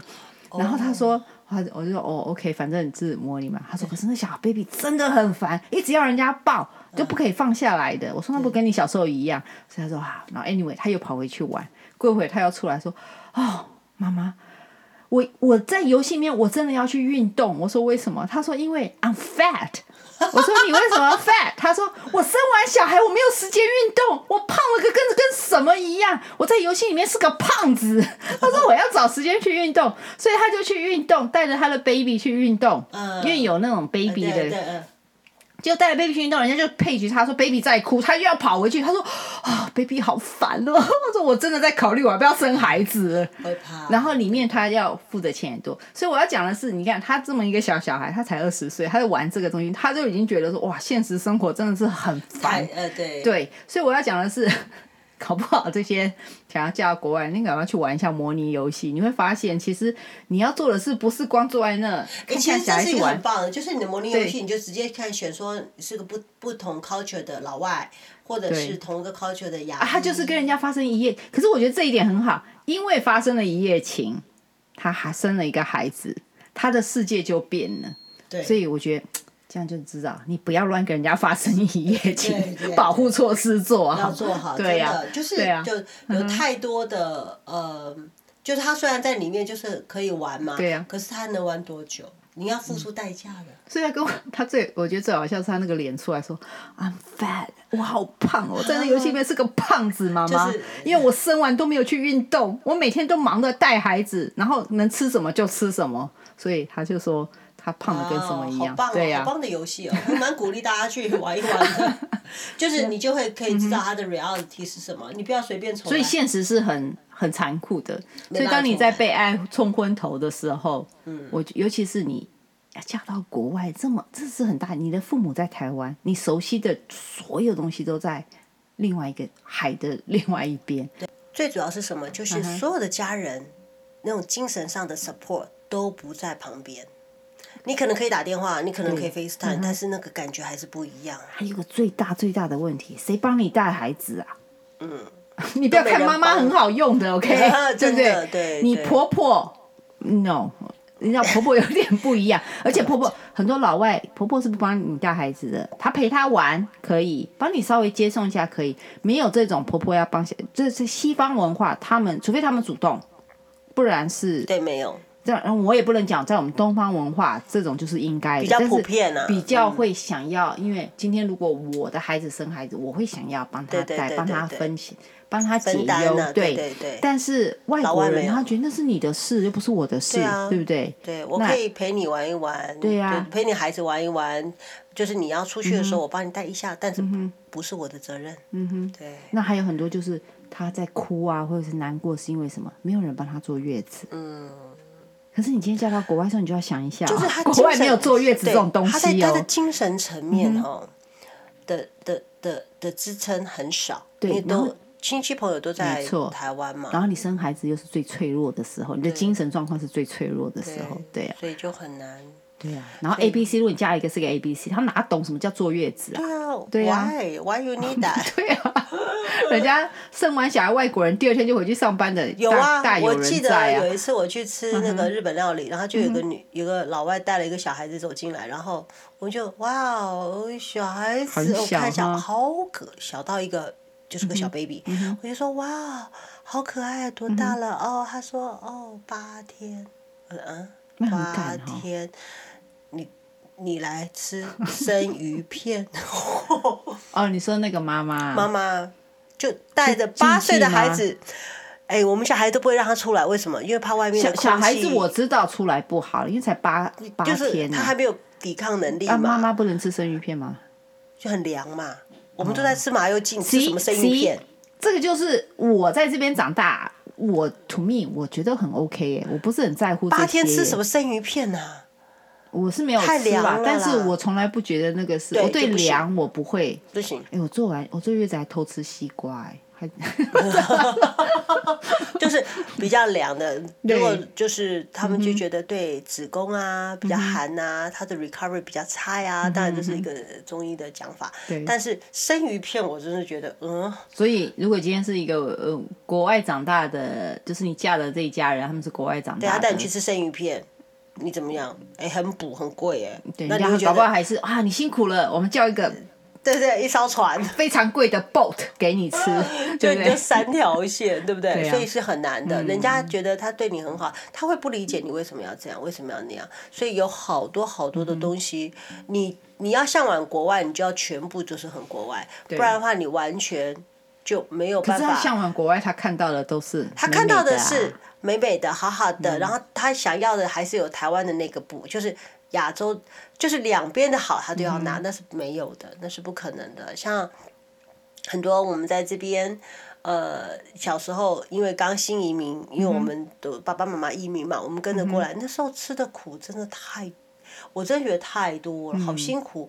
S2: 然后他说，他我就说哦，OK，反正是模拟嘛。他说，可是那小 baby 真的很烦，一直要人家抱，就不可以放下来的。我说那不跟你小时候一样？所以他说好。然后 anyway，他又跑回去玩。过一会他又出来说，哦，妈妈。我我在游戏里面我真的要去运动，我说为什么？他说因为 I'm fat。我说你为什么 fat？他说我生完小孩我没有时间运动，我胖了个跟跟什么一样。我在游戏里面是个胖子。他说我要找时间去运动，所以他就去运动，带着他的 baby 去运动，
S1: 嗯
S2: 因为有那种 baby
S1: 对对
S2: 的，
S1: 嗯
S2: 就带着 baby 去运动，人家就配局他说 baby 在哭，他就要跑回去，他说啊、baby 好烦哦， 他说我真的在考虑我要不要生孩子了。
S1: 会怕，
S2: 然后里面他要付的钱也多，所以我要讲的是，你看他这么一个小小孩，他才二十岁，他在玩这个东西，他就已经觉得说，哇，现实生活真的是很
S1: 太
S2: 烦。
S1: 呃对
S2: 对，所以我要讲的是， 搞不好这些想要嫁到国外，你赶快去玩一下模拟游戏，你会发现，其实你要做的事不是光坐在那
S1: 欸
S2: 看
S1: 其
S2: 看
S1: 实
S2: 小
S1: 这
S2: 孩
S1: 是一
S2: 去
S1: 个
S2: 玩
S1: 很，棒的，就是你的模拟游
S2: 对
S1: 戏，你就直接看选说是个不不同 culture 的老外，或者
S2: 对
S1: 是同一个 culture 的亚
S2: 啊，
S1: 裔。
S2: 他就是跟人家发生一夜，可是我觉得这一点很好，因为发生了一夜情，他还生了一个孩子，他的世界就变了。
S1: 对
S2: 所以我觉得这样就知道，你不要乱跟人家发生一夜情
S1: 对对，
S2: 保护措施做好，
S1: 要做 好，
S2: 对啊呀、
S1: 真的就是
S2: 对呀、嗯
S1: 就有太多的呃，就是他虽然在里面就是可以玩嘛，
S2: 对呀嗯
S1: 可是他能玩多久？你要付出代价的。
S2: 所以他跟我，他最我觉得最好笑是他那个脸出来说，I'm fat，我好胖 哦，在那游戏里面是个胖子妈妈，
S1: 就是
S2: 因为我生完都没有去运动，我每天都忙着带孩子，然后能吃什么就吃什么，所以他就说他胖的跟什么一
S1: 哦好
S2: 样，
S1: 棒、哦，
S2: 对呀、
S1: 好棒的游戏哦，我蛮鼓励大家去玩一玩的， 就是你就会可以知道它的 reality 是什么，你不要随便重
S2: 嗯所
S1: 来。
S2: 以现实是很很残酷的。所以
S1: 办法
S2: 当你在
S1: 重来
S2: 被爱冲昏头的时候，我尤其是你嫁到国外，这么这是很大，你的父母在台湾，你熟悉的所有东西都在另外一个海的另外一边，
S1: 最主要是什么？就是所有的家人、那种精神上的 support 都不在旁边。你可能可以打电话，你可能可以 FaceTime，、但是那个感觉还是不一样。
S2: 还有个最大最大的问题，谁帮你带孩子啊？嗯， 你不
S1: 都
S2: 要
S1: 没
S2: 看
S1: 人
S2: 妈妈
S1: 帮
S2: 很好用的，OK，对
S1: 真
S2: 不
S1: 的
S2: 对？
S1: 对
S2: 你
S1: 对
S2: 婆婆，no，你知道婆婆有点不一样， 而且婆婆很多老外婆婆是不帮你带孩子的，她陪她玩可以，帮你稍微接送一下可以，没有这种婆婆要帮小，这是西方文化，他们除非他们主动，不然是
S1: 对，没有，
S2: 这样，我也不能讲，在我们东方文化，这种就是应该的
S1: 比较
S2: 但是
S1: 普遍啊
S2: 比较会想要，因为今天如果我的孩子生孩子，我会想要帮他
S1: 对对
S2: 带，
S1: 对
S2: 帮
S1: 对
S2: 他
S1: 对
S2: 分析，帮他解
S1: 分担
S2: 忧
S1: 啊，对对对
S2: 但是外
S1: 老
S2: 国
S1: 外
S2: 人
S1: 没有
S2: 他觉得那是你的事，又不是我的事，
S1: 对啊
S2: 不对？
S1: 对我
S2: 那
S1: 可以陪你玩一玩，
S2: 对啊
S1: 陪你孩子玩一玩，就是你要出去的时候，我帮你带一下，但是不是我的责任。嗯哼，对，
S2: 那还有很多就是他在哭啊，或者是难过，是因为什么？没有人帮他坐月子。嗯。可是你今天嫁到国外的时候，你就要想一下、
S1: 就是他
S2: 国
S1: 精
S2: 外没
S1: 神
S2: 有坐月子这
S1: 对
S2: 种东
S1: 他在
S2: 西
S1: 他
S2: 哦嗯
S1: 的。精神层面哈、的的的的支撑很少，
S2: 对
S1: 因为
S2: 然
S1: 都
S2: 后
S1: 亲戚朋友都在
S2: 没错
S1: 台湾嘛，
S2: 然后你生孩子又是最脆弱的时候，你的精神状况是最脆弱的时候，对啊，
S1: 所以就很难。
S2: 对啊。然后 A B C，如果你加一个是个 A B C，他哪懂什么叫坐月子啊？
S1: 对
S2: 对啊
S1: 啊 w h y why you need that？
S2: 对啊，人家生完小孩外国人第二天就回去上班的，
S1: 有
S2: 大大
S1: 啊，
S2: 有
S1: 我
S2: 人
S1: 记
S2: 在
S1: 得
S2: 啊。嗯
S1: 有一次我去吃那个日本料理，然后就有个女，有个老外带了一个小孩子走进来，然后我就哇哦，小孩子，
S2: 很
S1: 我
S2: 小嗯
S1: 看一下，
S2: 哈
S1: 好可小到一个。就是个小 baby，、我就说哇，好可爱啊，多
S2: 嗯
S1: 大了？哦，他说哦，八天，我说嗯，
S2: 那很
S1: 八
S2: 赶哦
S1: 天，你你来吃生鱼片，
S2: 哦，你说那个妈妈，
S1: 妈
S2: 嗯
S1: 妈就带着
S2: 禁忌吗
S1: 八岁的孩子，哎、我们小孩都不会让他出来，为什么？因为怕外面的
S2: 小小
S1: 空气
S2: 孩子我知道出来不好，因为才八八
S1: 就是
S2: 天呢、
S1: 他还没有抵抗能力嘛，
S2: 啊，妈哦妈不能吃生鱼片吗？
S1: 就很凉嘛。我们都在吃麻油鸡，你吃
S2: See？
S1: 什么生鱼片？
S2: 这个就是我在这边长大，我 to me 我觉得很 OK 耶、我不是很在乎这些
S1: 八
S2: 耶。
S1: 天吃什么生鱼片啊？
S2: 我是没有
S1: 太
S2: 吃
S1: 凉
S2: 啦
S1: 了，
S2: 但
S1: 啦
S2: 是我从来不觉得那个是，
S1: 对
S2: 我
S1: 就
S2: 对
S1: 不行
S2: 凉我不会。
S1: 不行，
S2: 哎、我做完我坐月子还偷吃西瓜、欸，还
S1: 就是比较凉的。如 果
S2: 对嗯
S1: 就是他们就觉得对子宫啊比较寒啊，它的 recovery 比较差
S2: 嗯
S1: 呀、当然这是一个中医的讲法。
S2: 对
S1: 但是生鱼片我真的觉得，嗯，
S2: 所以如果今天是一个呃国外长大的，就是你嫁的这一家人，他们是国外长
S1: 对
S2: 大
S1: 啊，
S2: 的，
S1: 带你去吃生鱼片，你怎么样？哎、很补，很贵哎、
S2: 对，
S1: 那
S2: 人家
S1: 你会
S2: 搞
S1: 觉
S2: 不好
S1: 得
S2: 还是啊，你辛苦了，我们叫一个
S1: 对对，一艘 船，
S2: 非常贵的 boat 给 你吃，
S1: 就
S2: 对不
S1: 你就
S2: 对？
S1: 三条线，对不 对？
S2: 对啊
S1: 所以是很难的。人家觉得他对你很好，他会不理解你为什么要这样，为什么要那样。所以有好多好多
S2: 嗯
S1: 的东西，你你要向往国外，你就要全部就是很国外，不然的话你完全就没有
S2: 可
S1: 办
S2: 是他
S1: 法。
S2: 向往国外，他看到的都是
S1: 他看
S2: 美
S1: 到
S2: 美
S1: 的
S2: 的啊嗯
S1: 是美美的、好好的，然后他想要的还是有台湾的那个补，就是亚洲，就是两边的好，他都要
S2: 嗯
S1: 拿，那是没有的，那是不可能的。像很多我们在这边，呃，小时候因为刚新移民，因为我们的爸爸妈妈移民嘛，我们跟着
S2: 嗯
S1: 过来，那时候吃的苦真的太，我真的觉得太多了，
S2: 嗯
S1: 好辛苦。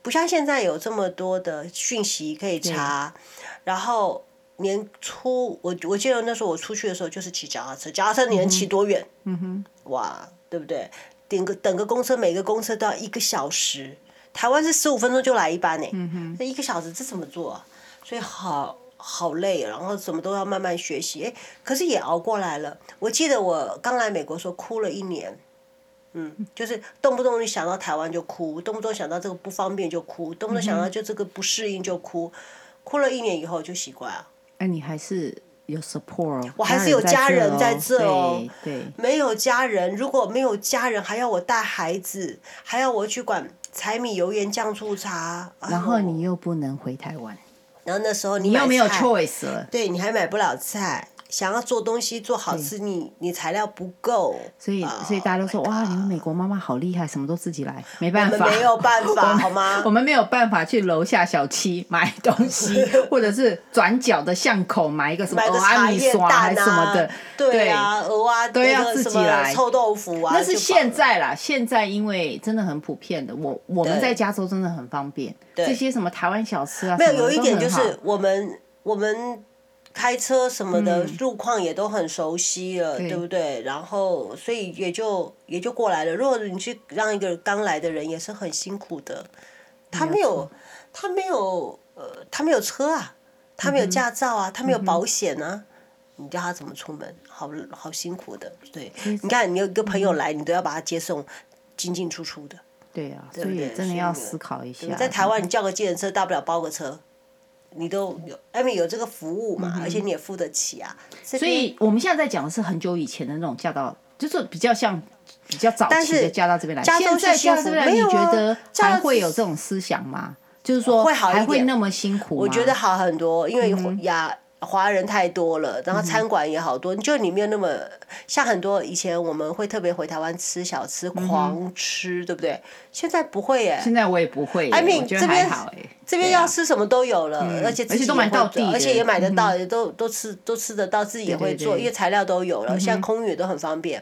S1: 不像现在有这么多的讯息可以查，然后年初我我记得那时候我出去的时候就是骑脚踏车，脚踏车你能骑多远？嗯哼，哇，对不对？等个等个公车，每个公车都要一个小时，台湾是十五分钟就来一班呢、嗯哼，那一个小时这怎么做、啊？所以好好累，哦然后什么都要慢慢学习，哎，可是也熬过来了。我记得我刚来美国的时候哭了一年。嗯，就是动不动你想到台湾就哭，动不动想到这个不方便就哭，动不动想到就这个不适应就哭，哭了一年以后就习惯了。
S2: 哎，你还是有 support，哦
S1: 我还是有家人在这哦
S2: 对对，
S1: 没有家人，如果没有家人，还要我带孩子，还要我去管柴米油盐酱醋茶。哎呦
S2: 然后你，又不能回台湾，
S1: 然后那时候你
S2: 哦你又
S1: 买
S2: 没有
S1: 菜
S2: choice 了，
S1: 对，你还买不了菜，想要做东西做好吃，你你材料不够，
S2: 所以所以大家都说、
S1: Oh my
S2: 哇，你
S1: God
S2: 们美国妈妈好厉害，什么都自己来，没
S1: 我
S2: 办
S1: 们
S2: 法，
S1: 没有办 法好吗
S2: 我？们没有办法去楼下小七买东 西，或者是转角的巷口买一个什么
S1: 买个
S2: 阿
S1: 茶
S2: 米
S1: 叶
S2: 刷还
S1: 蛋
S2: 是什么
S1: 啊
S2: 的，，
S1: 对啊，鹅啊，
S2: 都要
S1: 那个
S2: 自己
S1: 什么
S2: 来
S1: 臭豆腐啊，
S2: 那是
S1: 就
S2: 现
S1: 饱了
S2: 在啦，现在因为真的很普遍的，我我们
S1: 对
S2: 在加州真的很方便，
S1: 对
S2: 这些什么台湾小吃啊，
S1: 没有
S2: 什么
S1: 有
S2: 的
S1: 一
S2: 都
S1: 点
S2: 很
S1: 就
S2: 好
S1: 是我们我们开车什么的路况也都很熟悉了，
S2: 嗯对
S1: 对不对？然后所以也就也就过来了。如果你去让一个刚来的人也是很辛苦的，他没有他没有呃他没有车啊，他
S2: 嗯
S1: 没有驾照啊，他没有保险啊。你叫他怎么出门？好好辛苦的，对。你看，你有一个
S2: 嗯
S1: 朋友来，你都要把他接送进进出出的。
S2: 对啊，所
S1: 不对
S2: 以真
S1: 所
S2: 的
S1: 以
S2: 要
S1: 你
S2: 思考一
S1: 你
S2: 下。
S1: 在台湾，你叫个计程车，大不了包个车，你都有，因为有这个服务嘛，而且你也付得起啊。所
S2: 嗯所以我们现在在讲的是很久以前的那种嫁到，就是比较像比较早期的
S1: 是
S2: 嫁到这边来。
S1: 加州
S2: 现在
S1: 是
S2: 嫁到
S1: 幸
S2: 这
S1: 福
S2: 边来，
S1: 没
S2: 你
S1: 有
S2: 觉
S1: 啊
S2: 得
S1: 嫁
S2: 还
S1: 到
S2: 会有这种思想吗？就是说
S1: 会好一
S2: 还会
S1: 点
S2: 那么辛苦吗？
S1: 我觉得好很多，因
S2: 嗯
S1: 为亚华人太多了，然后餐馆也好多，就你没有那么像很多以前我们会特别回台湾吃小吃，
S2: 嗯
S1: 狂吃，对不对？现在不会耶，
S2: 现在我也不会耶，
S1: mean，
S2: 我觉得
S1: 这
S2: 还
S1: 边
S2: 好哎。
S1: 这边
S2: 对啊嗯
S1: 要吃什么都有了，而且自
S2: 而且
S1: 己
S2: 都买
S1: 也会
S2: 到地
S1: 做
S2: 的嗯
S1: 而且也买得到，也都都吃都吃得到，自己也
S2: 对
S1: 会
S2: 对
S1: 做，
S2: 对嗯
S1: 因为材料都有了，现在空运也都很方便。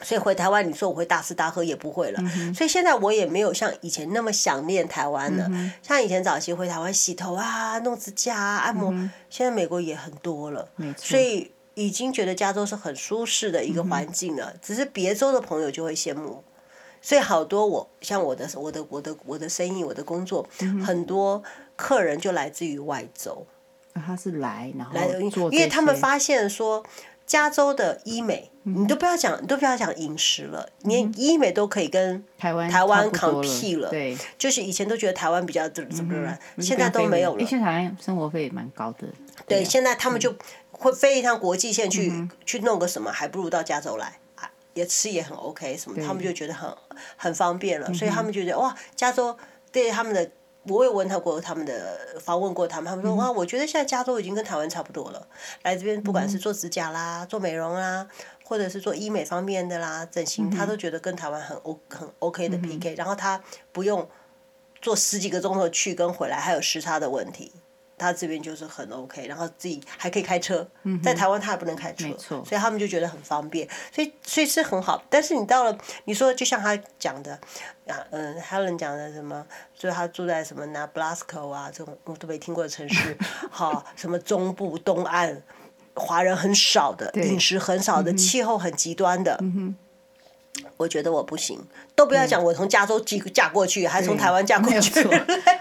S1: 所以回台湾，你说我会大吃大喝也不会
S2: 嗯
S1: 了。所以现在我也没有像以前那么想念台湾
S2: 嗯
S1: 了。像以前早期回台湾洗头啊、弄指甲啊、按摩，现在美国也很多了。
S2: 嗯没错嗯
S1: 所以已经觉得加州是很舒适的一个环境了。只是别州的朋友就会羡慕。所以好多我像我的我的我的我的生意我的工作，
S2: 嗯
S1: 很多客人就来自于外州，
S2: 啊他是来然后
S1: 来
S2: 做这些，
S1: 因为他们发现说。加州的医美，你都不要讲，你都不要讲饮食了，
S2: 嗯
S1: 连医美都可以跟
S2: 台湾
S1: 台湾
S2: 差不多
S1: compete 了
S2: 对，
S1: 就是以前都觉得台湾比较怎么怎么了，
S2: 嗯
S1: 现在都没有
S2: 诶
S1: 了。
S2: 现在嗯台湾生活费也蛮高的，啊
S1: 对，现在他们就会飞一趟国际线去、
S2: 嗯
S1: 去弄个什么，还不如到加州来，啊也吃也很 OK 什么，他们就觉得很很方便
S2: 嗯
S1: 了，所以他们就觉得哇，加州对他们的。我也问他过他们的访问过他们，他们
S2: 嗯
S1: 说哇，我觉得现在加州已经跟台湾差不多了。来这边不管是
S2: 嗯
S1: 做指甲啦、做美容啊啦，或者是做医美方面的啦、整
S2: 嗯
S1: 形，他都觉得跟台湾很 O 很 OK 的 PK、然后他不用坐十几个钟头去跟回来，还有时差的问题，他这边就是很 OK，然后自己还可以开车，在台湾他还不能开车
S2: 嗯没，错
S1: 所以他们就觉得很方便，所以所以是很好。但是你到了，你说就像他讲的，啊嗯、Helen 讲的什么，就是他住在什么 Nebraska 啊这种我都没听过的 城市，好什么中部东岸，华人很少的，饮食很少
S2: 嗯
S1: 的，气候很极端的，我觉得我不行，都不要讲我从加州嫁嫁过去，还从台湾嫁
S2: 嗯没
S1: 过
S2: 有
S1: 去
S2: 错，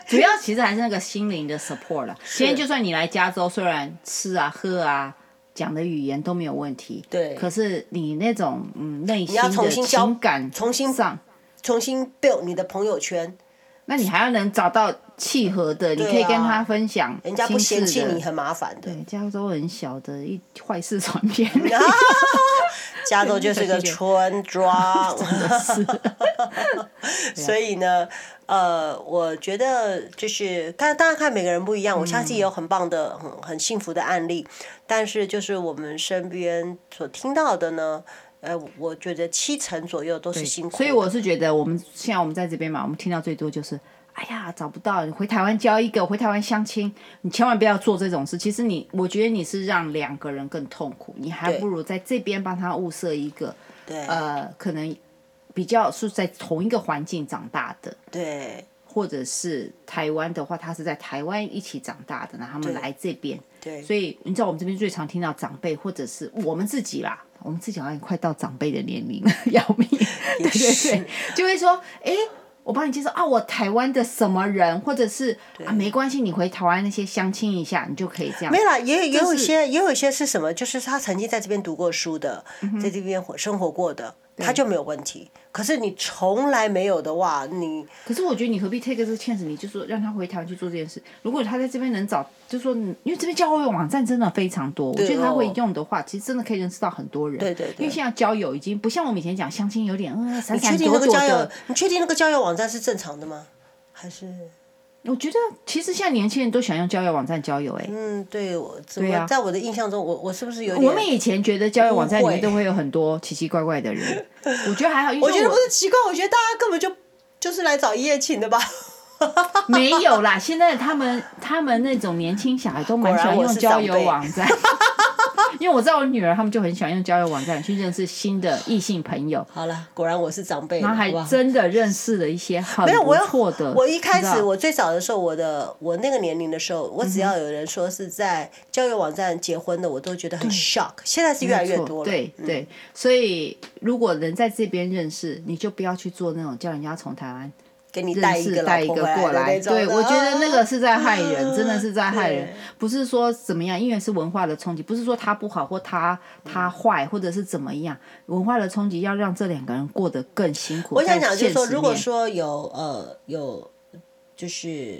S2: 主要其实还是那个心灵的 support 了。今天就算你来加州，虽然吃啊、喝啊、讲的语言都没有问题，
S1: 对
S2: 可是你那种嗯内心
S1: 要重
S2: 的
S1: 新交
S2: 情感
S1: 重新
S2: 上，
S1: 重新 build 你的朋友圈，
S2: 那你还要能找到契合的，你
S1: 对啊
S2: 可以跟他分享
S1: 人家不嫌弃
S2: 心事
S1: 你
S2: 的。
S1: 很麻烦的。
S2: 对，加州很小的一坏事传遍，
S1: 加州就是个村 庄，
S2: 是啊
S1: 所以呢，呃，我觉得就是看，当然看每个人不一
S2: 嗯
S1: 样。我相信也有很棒的、很很幸福的案例，但是就是我们身边所听到的呢，呃，我觉得七成左右都是辛苦的。
S2: 所以我是觉得，我们现在我们在这边嘛，我们听到最多就是，哎呀，找不到，你回台湾交一个，回台湾相亲，你千万不要做这种事。其实你，我觉得你是让两个人更痛苦，你还
S1: 对
S2: 不如在这边帮他物色一个，
S1: 对、
S2: 呃，可能比较是在同一个环境长大的，
S1: 对
S2: 或者是台湾的话，他是在台湾一起长大的，然后他们
S1: 对
S2: 来这边，
S1: 对，
S2: 所以你知道我们这边最常听到长辈或者是我们自己啦，我们自己好像快到长辈的年龄了， 要 命。对对
S1: 是
S2: 对，就会说，诶，我帮你介绍啊，我台湾的什么人，或者是啊，没关系，你回台湾那些相亲一下，你就可以这样。
S1: 没啦，也也有一
S2: 是
S1: 些，也有一些是什么？就是他曾经在这边读过书的，
S2: 嗯
S1: 在这边活生活过的，他就没有问题。可是你从来没有的话，你
S2: 可是我觉得你何必 take 这个 chance？你就说让他回台湾去做这件事。如果他在这边能找，就说你因为这边交友网站真的非常多，我觉得他
S1: 哦
S2: 会用的话，其实真的可以认识到很多人。
S1: 对对对
S2: 因为现在交友已经不像我们以前讲相亲，有点嗯闪
S1: 你确
S2: 闪
S1: 定
S2: 躲
S1: 那个
S2: 躲
S1: 交友
S2: 的。，
S1: 你确定那个交友网站是正常的吗？还是
S2: 我觉得其实现在年轻人都想用交友网站交友、欸，哎、
S1: 嗯，对我怎
S2: 对
S1: 么、
S2: 啊
S1: 在我的印象中，我我是不是有点？
S2: 我们以前觉得交友网站里
S1: 误会
S2: 面都会有很多奇奇怪怪的人，我觉得还好，因为
S1: 我觉得不是奇怪，我觉得大家根本就就是来找一夜情的吧。
S2: 没有啦。现在他们他们那种年轻小孩都蛮喜欢
S1: 果然我
S2: 用
S1: 是
S2: 交
S1: 长辈
S2: 友网站， 因为我知道我女儿他们就很喜欢用交友网站去认识新的异性朋友，
S1: 好了，果然我是长辈了，
S2: 然后
S1: 好
S2: 还
S1: 不好？
S2: 真的认识了一些很
S1: 没有，
S2: 不
S1: 我要
S2: 错的。
S1: 我一开
S2: 你知
S1: 始
S2: 道嗯
S1: 我最早的时候，我的我那个年龄的时候，我只要有人说是在交友网站结婚的，我都觉得很 shock。现在是越来越
S2: 没错
S1: 多了，嗯
S2: 对对，所以如果能在这边认识，你就不要去做那种叫人家从台湾
S1: 给你带
S2: 认
S1: 一
S2: 识
S1: 个
S2: 带
S1: 老
S2: 一
S1: 婆
S2: 个
S1: 回
S2: 过
S1: 的
S2: 来。
S1: 那种的。
S2: 对，我觉得那个是 在害人，
S1: 啊
S2: 真的是在害人
S1: 对，
S2: 不是说怎么样，因为是文化的冲击，不是说他不好或他他坏或者是怎么样，文化的冲击要让这两个人过得更辛苦。
S1: 我想
S2: 在
S1: 讲就是
S2: 现
S1: 说，
S2: 实
S1: 如果
S2: 面
S1: 说有呃有就是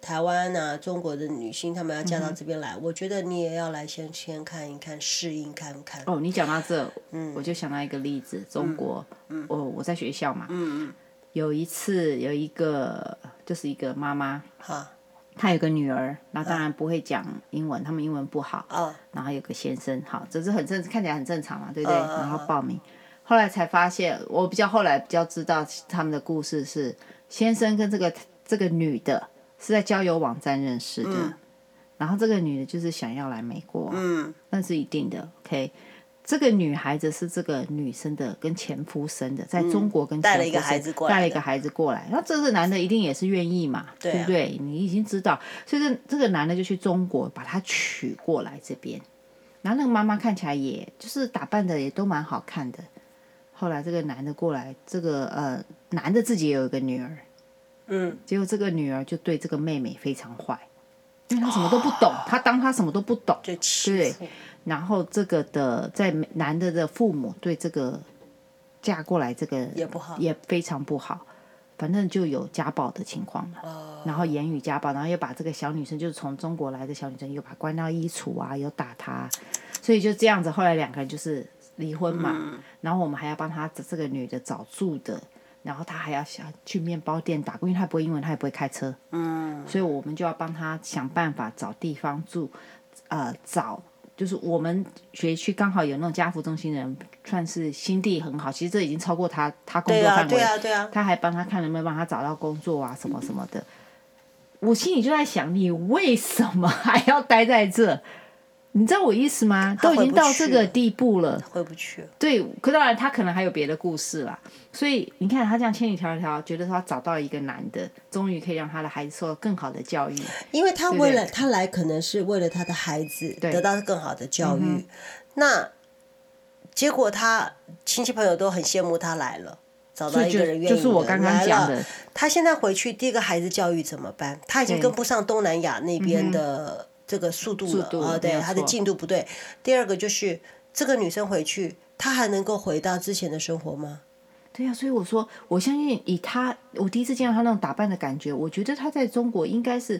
S1: 台湾啊中国的女性，她们要嫁
S2: 嗯
S1: 到这边来，我觉得你也要来先先看一看，适应看看。
S2: 哦，你讲到这，
S1: 嗯
S2: 我就想到一个例子，中国，我我在学校嘛，
S1: 嗯
S2: 有一次有一个就是一个妈妈，
S1: 哈
S2: 她有个女儿，那当然不会讲英文，他们英文不好，
S1: 啊，
S2: 然后有个先生，好，这是很正，看起来很正常嘛，对不对？
S1: 嗯嗯
S2: 然后报名，后来才发现，我比较后来比较知道他们的故事是，先生跟这个这个女的是在交友网站认识的，然后这个女的就是想要来美国，啊
S1: 嗯
S2: 那是一定的，OK。这个女孩子是这个女生的跟前夫生的，在中国跟前夫生
S1: 嗯带了一个孩子过来的
S2: 带了一个孩子过来，那这个男的一定也是愿意嘛，
S1: 对啊
S2: 不对？你已经知道，所以这这个男的就去中国把她娶过来这边，然后那个妈妈看起来也就是打扮的也都蛮好看的。后来这个男的过来，这个呃男的自己也有一个女儿，
S1: 嗯，
S2: 结果这个女儿就对这个妹妹非常坏，因为她什么都不懂，她当她什么都不懂，
S1: 就欺负
S2: 然后这个的在男的的父母对这个嫁过来这个
S1: 也不好
S2: 也非常不好，反正就有家暴的情况了。
S1: 哦
S2: 然后言语家暴，然后又把这个小女生，就是从中国来的小女生，又把她关到衣橱啊，又打她，所以就这样子。后来两个人就是离婚嘛，
S1: 嗯
S2: 然后我们还要帮她这个女的找住的，然后她还要想去面包店打工，因为她不会英文，她也不会开车，
S1: 嗯
S2: 所以我们就要帮他想办法找地方住，呃，找就是我们学区刚好有那种家福中心的人，算是心地很好。其实这已经超过他他工
S1: 对
S2: 作
S1: 啊
S2: 范围，
S1: 对啊对啊，
S2: 他还帮他看能不能帮他找到工作啊，什么什么的。我心里就在想，你为什么还要待在这？你知道我意思吗？
S1: 他
S2: 都
S1: 回
S2: 已经
S1: 不
S2: 到这
S1: 去
S2: 个
S1: 了
S2: 地步了，
S1: 回不去。
S2: 对，可当然他可能还有别的故事啦。所以你看，他这样千里迢迢，觉得他找到一个男的，终于可以让他的孩子受到更好的教育。
S1: 因为他
S2: 对
S1: 为
S2: 对
S1: 了他来，可能是为了他的孩子
S2: 对嗯
S1: 得到更好的教育。那结果他亲戚朋友都很羡慕他来了，找到
S2: 所以
S1: 一
S2: 就
S1: 个人愿意
S2: 就是我刚刚讲
S1: 来了
S2: 的，
S1: 他现在回去，第一个孩子教育怎么办？他已经
S2: 对嗯
S1: 跟不上东南亚那边的这个速度了
S2: 速度
S1: 啊、
S2: 没
S1: 对，
S2: 有
S1: 他的
S2: 错
S1: 进度不对。第二个就是这个女生回去，她还能够回到之前的生活吗？
S2: 对啊呀、所以我说，我相信以他，我第一次见到他那种打扮的感觉，我觉得他在中国应该是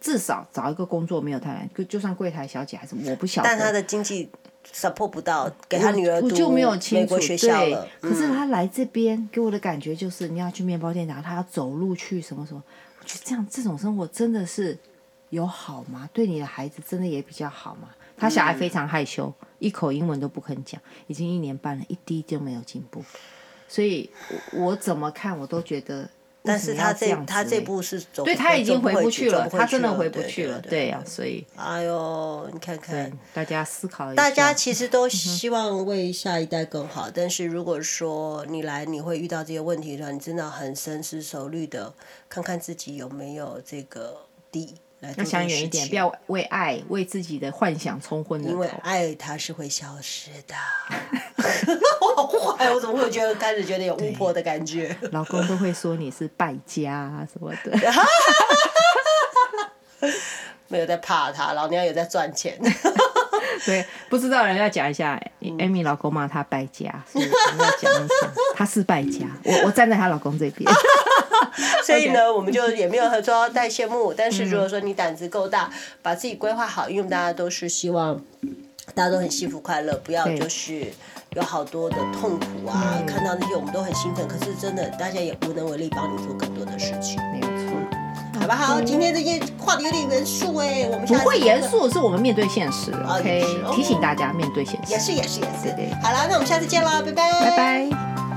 S2: 至少找一个工作没有太难，就就算柜台小姐还是我不晓得。
S1: 但她的经济 support 不到，给她女儿
S2: 嗯我
S1: 读
S2: 就没有
S1: 美
S2: 清楚
S1: 国学校
S2: 对
S1: 了。，嗯
S2: 可是他来这边给我的感觉就是，你要去面包店，然后他要走路去什么什么，我觉得这样这种生活真的是有好吗？对你的孩子真的也比较好吗？他小
S1: 嗯
S2: 孩非常害羞，一口英文都不肯讲，已经一年半了，一滴就没有进步。所以我，我怎么看我都觉得，
S1: 但是他这他这
S2: 步，
S1: 步是走不，
S2: 对他已经
S1: 走
S2: 回
S1: 不
S2: 不
S1: 去
S2: 去了，
S1: 走不
S2: 他真的
S1: 了
S2: 回不去了，
S1: 对
S2: 对呀、所以
S1: 哎呦，你看看，
S2: 大家思考一下，嗯
S1: 大家其实都希望为下一代更好，但是如果说你来你会遇到这些问题的话，你真的很深思熟虑的看看自己有没有这个底来做
S2: 要
S1: 这个
S2: 想远
S1: 事
S2: 一点，
S1: 情
S2: 不。要为爱、为自己的幻想冲昏了
S1: 因为
S2: 头。
S1: 爱它是会消失 的，我好坏，我怎么会觉得开始觉得有巫婆的感觉？
S2: 老公都会说你是败家啊什么的。
S1: 没有在怕它，老娘也在赚钱。
S2: 对，不知道人要讲一下，Amy
S1: 嗯
S2: 老公骂她败家，所以我们要讲一下，她是败家。我我站在她老公这 边，
S1: 所以呢，我们就也没有说要太羡慕，但
S2: 嗯
S1: 是如果说你胆子够大，把自己规划好，因为我们大家都是希望。大家都很幸福快乐，不要
S2: 对嗯
S1: 就是有好多的痛苦啊！看到那些我们都很兴奋，可是真的大家也无能为力帮你做更多的事情。
S2: 没有错。
S1: 不好？今天这些话题有点严肃哎，我们
S2: 嗯不
S1: 下次
S2: 会
S1: 再
S2: 严
S1: 聊，
S2: 肃，是我们面对现实。
S1: 哦也
S2: OK，
S1: 是哦
S2: 提醒大家面对现实
S1: 也。是也是也是
S2: 对对。
S1: 好了，那我们下次见啦，拜拜，
S2: 拜。拜。